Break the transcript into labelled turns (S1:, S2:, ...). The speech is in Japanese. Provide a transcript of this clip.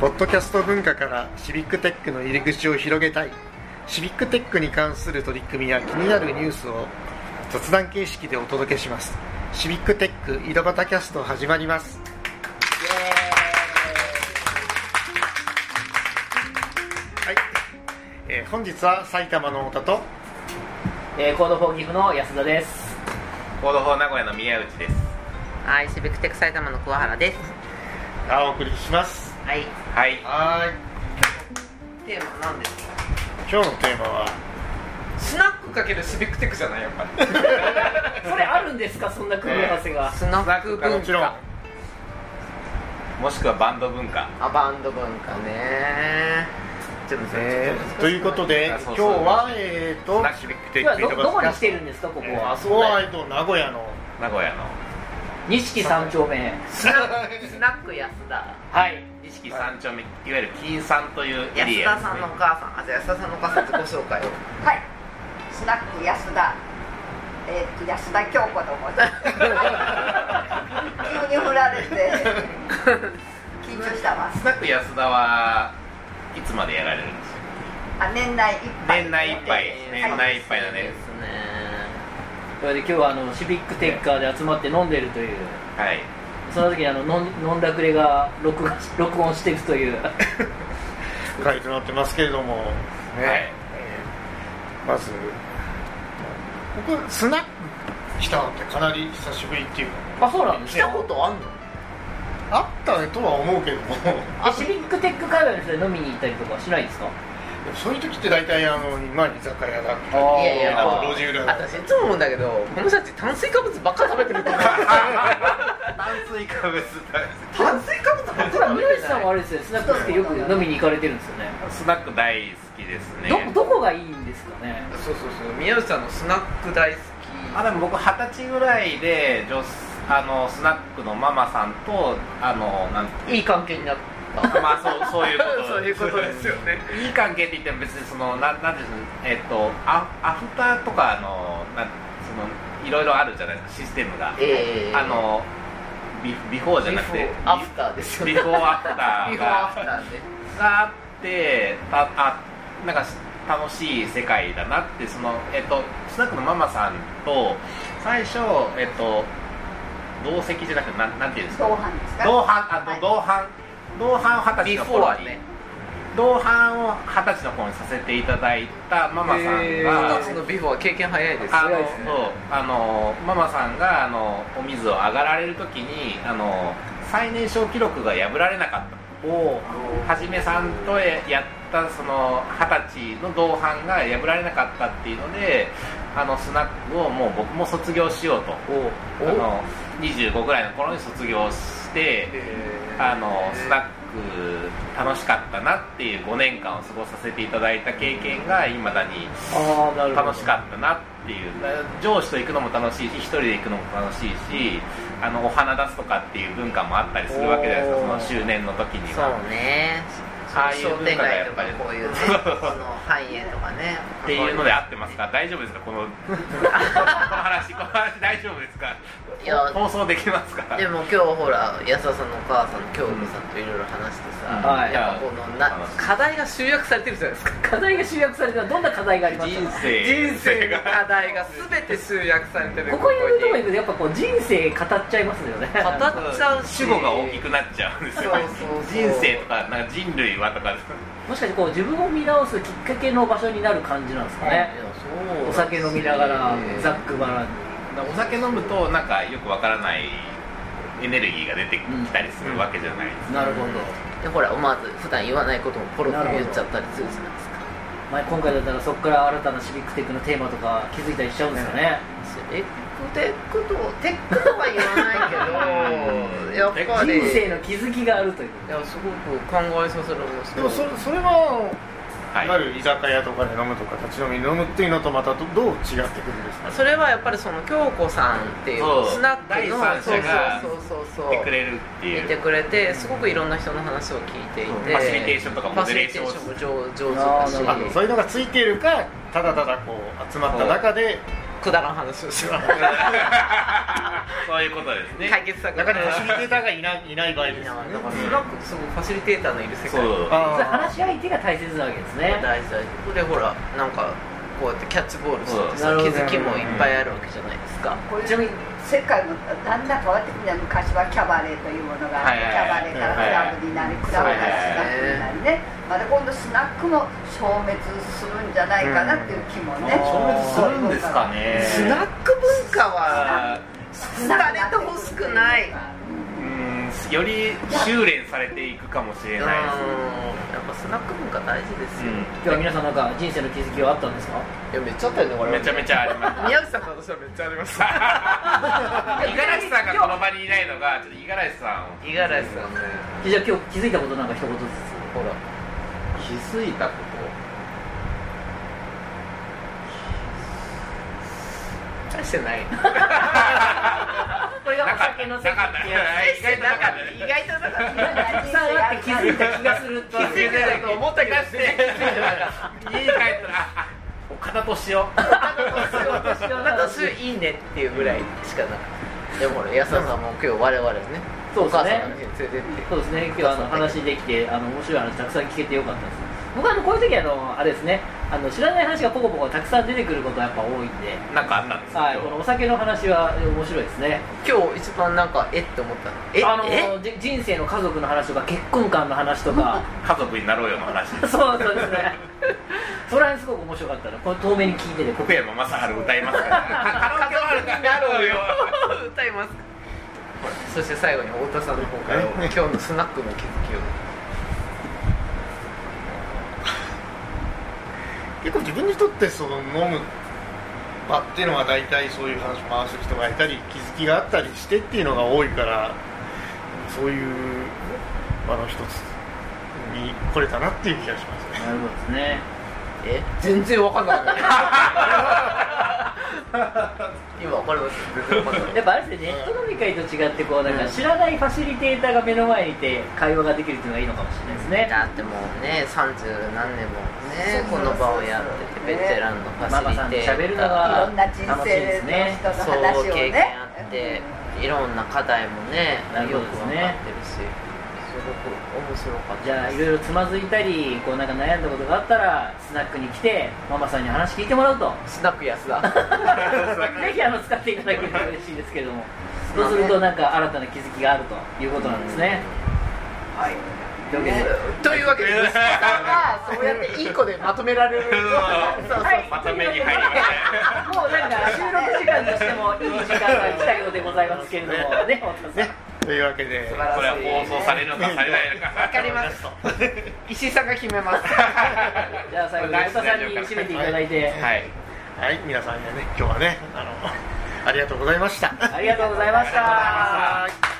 S1: ポッドキャスト文化からシビックテックの入り口を広げたいシビックテックに関する取り組みや気になるニュースを雑談形式でお届けしますシビックテック井戸端キャスト始まりますはい、えー本日は埼玉の太田と
S2: えー、コードフォーギフの安田です
S3: コードフォー名古屋の宮内です
S4: はい、シビックテック埼玉の桑原です。
S1: あお送りします
S4: はい。
S3: はい
S1: はーい
S4: テーマなんですか。
S1: 今日のテーマは
S3: スナックかけるシビックテックじゃないやっぱり
S2: それあるんですかそんな組み合わせが、
S4: スナック文化。
S1: もちろん
S3: もしくはバンド文化
S4: あ、バンド文化ね。ちょっと
S1: え
S4: ちょっ
S1: ーということで今
S3: あそう
S1: 日
S3: そう
S1: はえっと
S3: スナックシビックテ
S2: 今
S3: ック
S2: どどこに来
S1: して
S2: るんですかここ
S3: えー
S2: は
S1: あそこはえっと名古屋の
S3: 名古屋の
S2: 錦三丁目
S4: スナックスナック安田。
S2: はい
S3: 錦三丁目いわゆる金三というエ
S4: 安
S3: リア
S4: 田
S3: です、
S4: さん
S3: ね
S4: のお、母さん。あ、じゃあ安田さんのお母さん自己紹介を。
S5: はい、スナック安田、えーっと安田京子と思って、 急に振られて緊張したわ。
S3: スナック安田はいつまでやられるんですか
S5: あ、年内いっぱい。
S3: 年内いっぱい
S5: は
S3: 年内いっぱいだね
S4: ですね。
S2: それで今日はあのシビックテッカーで集まって飲んでるという
S3: はい
S2: その時にあの飲ん飲んだくれが録画し録音していくという
S1: 書いてもらってますけれども、ね
S3: はい
S1: えーまず僕スナック来たのってかなり久しぶりっていうか
S2: あそうなんです
S4: 来たことあんの？
S1: あったねとは思うけども
S2: あシビックテック界隈の人で飲みに行ったりとかはしないですか
S1: そういう時って大体あの今居酒屋だっ
S2: あ
S1: た
S2: ー
S4: いやいや
S1: り路地裏だったり
S4: 私いつも思うんだけど、この人たち炭水化物ばっかり食べてると思う。
S3: 炭水化物
S4: 炭水化物ばっかり
S2: ほら
S4: 食べて
S2: 村
S4: る
S2: 井
S4: じゃ
S2: さん
S4: な
S2: はあ
S4: い。
S2: れですよスナック好きでよく飲みに行かれてるんですよね
S3: スナック大好きですね
S2: どどこがいいんですかね
S4: そうそうそう。宮内さんのスナック大好き。
S3: あでも僕二十歳ぐらいで女あのスナックのママさんとあのなん
S4: いい関係になった。
S3: まあそうそういうこと
S4: そういうことですよね。
S3: いい関係って言っても別にそのななんていうんですかえっとアアフターとかあのなんそのいろいろあるじゃないですかシステムが、
S4: えー
S3: あのビビフォーじゃなくて
S4: ビフォーアフターですよね
S3: ビフォーアフター
S4: ビフォーア
S3: が
S4: フターで。
S3: があってたあなんか楽しい世界だなってその、えっと、スナックのママさんと最初、えっと、同席じゃなくてなんなんていうんですか
S5: 同伴ですか。
S3: 同伴あ
S5: は
S3: の
S5: い
S3: 同伴同伴を二十
S4: ビ
S3: 歳の
S4: フォー
S3: 頃
S4: は
S3: に、
S4: ね。
S3: 同伴を二十歳の頃にさせていただいたママさんが、
S4: えー二つのビフォーは経験早いです。
S3: あの
S2: 早いですね
S3: そうあのママさんがあのお水を上がられる時にあの最年少記録が破られなかったをはじめさんとやったその二十歳の同伴が破られなかったっていうのであのスナックをもう僕も卒業しようとあの25ぐらいの頃に卒業して。あのスナック楽しかったなっていう5年間を過ごさせていただいた経験がいまだに
S2: ああなるほど
S3: 楽しかったなっていうだから上司と行くのも楽しいし一人で行くのも楽しいしあのお花出すとかっていう文化もあったりするわけじゃないですかそ
S2: おー
S3: の周年の時には
S4: そうね。
S3: ああいう
S4: 商
S3: 文
S4: 店
S3: 化が
S4: 街
S3: や
S4: と
S3: っ
S4: か
S3: ぱり
S4: こういうね、 その繁栄とかね。
S3: っていうので合ってますか大丈夫ですかこ のこの話この話大丈夫ですか
S4: いや
S3: 放送できますか
S4: でも今日ほら安田さんのお母さん京子さんといろいろ話してさ、
S2: はい
S4: やっぱこのな課題が集約されてるじゃないですか
S2: 課題が集約されたらどんな課題がありました
S3: 人
S2: か
S3: 生
S4: 人生の課題が全て集約されてる
S2: ここにいるとこ行
S4: に
S2: くとやっぱこう人生語っちゃいますよね
S4: 語っちゃうし
S3: 主語が大きくなっちゃうんですよね
S4: そうそうそう
S3: 人生とかなんか人類はとか
S2: もしかしてこう自分を見直すきっかけの場所になる感じなんですかね、お酒飲みながらざっくばらんに
S3: お酒飲むとなんかよくわからないエネルギーが出てきたりするわけじゃないですか、
S2: なるほど、
S4: でほら思わず普段言わないこともポロポロ言っちゃったりするじゃないですか
S2: まあ、今回だったらそこから新たなシビックテックのテーマとか気づいたりしちゃうんですかね、
S4: テックテックとテックとは言 わないけどやっぱり
S2: 人生の気づきがあるという
S4: いやすごく考えさせられます
S1: でもそれそれは、
S3: はい
S1: いわゆる居酒屋とかで飲むとか立ち飲みで飲むっていうのとまたどどう違ってくるんですか
S4: それはやっぱりその京子さんっていう
S3: そう
S4: スナックの
S3: 第三者が
S4: そうそうそう
S3: 言
S4: そ
S3: ってく
S4: う
S3: れるっていう
S4: 見てくれてすごくいろんな人の話を聞いていて
S3: ファシリテーションとかモデレーションを
S4: ファシリテーションも上
S2: あー
S4: 上手
S2: な
S1: あ
S2: る
S4: だ
S2: ほ
S1: そ
S4: し
S1: ういうのがついているかただただこう集まった中で
S4: くだらん話をします
S3: そうそういうことですね
S4: 解決策
S1: なかなかファシ
S4: だ
S1: リテーターがいないいない場合ですよね
S4: からスナックそのファシリテーターのいる世
S3: そ
S4: 界
S3: う
S1: あー
S2: 話し相手が大切なわけですね
S4: 大事大事ここでほらなんかこうやってキャッチボールしててさ
S2: うん
S4: 気づきもいっぱいあるわけじゃないですか
S5: こういうふうに世界もだんだん変わってくるんだよ昔はキャバレーというものがあって、
S3: はいはいはい
S5: キャバレーからクラブになり、クラブからスナックになりね、また今度スナックも消滅するんじゃないかなっていう気もね、
S3: 消滅するんですかね
S4: スナック文化は
S3: あ
S4: 廃れてほしくない
S3: ーうんより修練されていくかもしれ
S4: うん
S3: ないですね
S4: やっぱスナック文化大事ですよ、
S3: う
S2: 今日は皆さんなんか人生の気づきはあったんですか
S4: いやめっちゃあったよねこ
S3: んめちゃめちゃあります
S4: 宮内さんと私はめっちゃありました
S3: 五十嵐さんがこの場にいないのがちょっと五十嵐さんを
S4: 五 十嵐さんね
S2: じゃあ今日気づいたことなんか一言ずつ
S4: ほら
S3: 気づいたこと
S4: 大してない
S2: これがお酒の席
S3: なかった
S2: って
S3: 意
S2: や
S3: 外となかった
S4: 意外となかっ
S2: つなんかたくさんあって気づいた気がするって
S4: た気
S2: い
S4: づいうてたと思ったけどして
S3: 家に帰ったらあ岡田敏夫
S4: 私いいねっていうぐらいしかなでもほら安田さんも今日我々ね
S2: そう
S4: お
S2: です
S4: 母
S2: ね
S4: さんの家に連れてって
S2: そうですね今日はあの話できてあの面白い話たくさん聞けてよかったです僕はあのこういう時あのあれですねあの知らない話がポコポコたくさん出てくることがやっぱ多いんで
S3: なんかあったんですけど、
S2: はい、このお酒の話はえ面白いですね
S4: 今日一番なんかえって思ったのえ
S2: あ
S4: え
S2: のじ人生の家族の 話とか結婚観の話とか
S3: 家族になろうよの話です
S2: そうそうですねそれはすごく面白かったのこの遠目に聞いてて
S3: 福山雅治歌い ますからカラオケはあるから
S4: 歌いますそして最後に太田さんの方から今日のスナックの気づきを
S1: 結構自分にとってその飲む場っていうのは大体そういう話を回す人がいたり気づきがあったりしてっていうのが多いからそういう場の一つに来れたなっていう気がしますね
S2: なるほどですね
S4: え全然わかんな かった今わかります全然わかんない
S2: やっぱあれですねネット飲み会と違ってこうなんか知らないファシリテーターが目の前にいて会話ができるっていうのがいいのかもしれないですね
S4: だってもうね三十何年もね
S5: そ
S4: こ
S5: うそ
S4: の
S5: うそう
S4: 場をやっててベテランのファ
S2: ママさんと
S4: シリテ
S2: 喋るの
S4: ーター
S2: が
S5: いろんな人生の
S2: 楽しいですね
S5: 人の
S4: そう
S5: 話をね
S4: 経験あっていろんな課題もね
S2: なるほ
S4: よ
S2: ど
S4: く
S2: です
S4: 分
S2: ね
S4: かってるしすごく面白かった
S2: じゃあいろいろつまずいたりこうなんか悩んだことがあったらスナックに来てママさんに話聞いてもらう と
S4: スナック安田
S2: ぜひあの使っていただけると嬉しいですけれどもそうするとなんか新たな気づきがあるということなんですね、
S5: はい
S2: というわけで
S4: というわけで息子さんがそうやっていい子でまとめられるそうそう
S3: まとめに入りました
S2: もうなんか収録時間としてもいい時間が来たようでございますけれどもね太田さん
S1: ねというわけで
S4: 晴らし
S3: これは放送されるのかされないのか
S4: わかります石井さんが決めます
S2: じゃあ最後に太田さんに締めていただいて
S3: はい
S1: はい皆さんにはね今日はねあのありがとうございました
S2: ありがとうございました
S3: ありがとうございました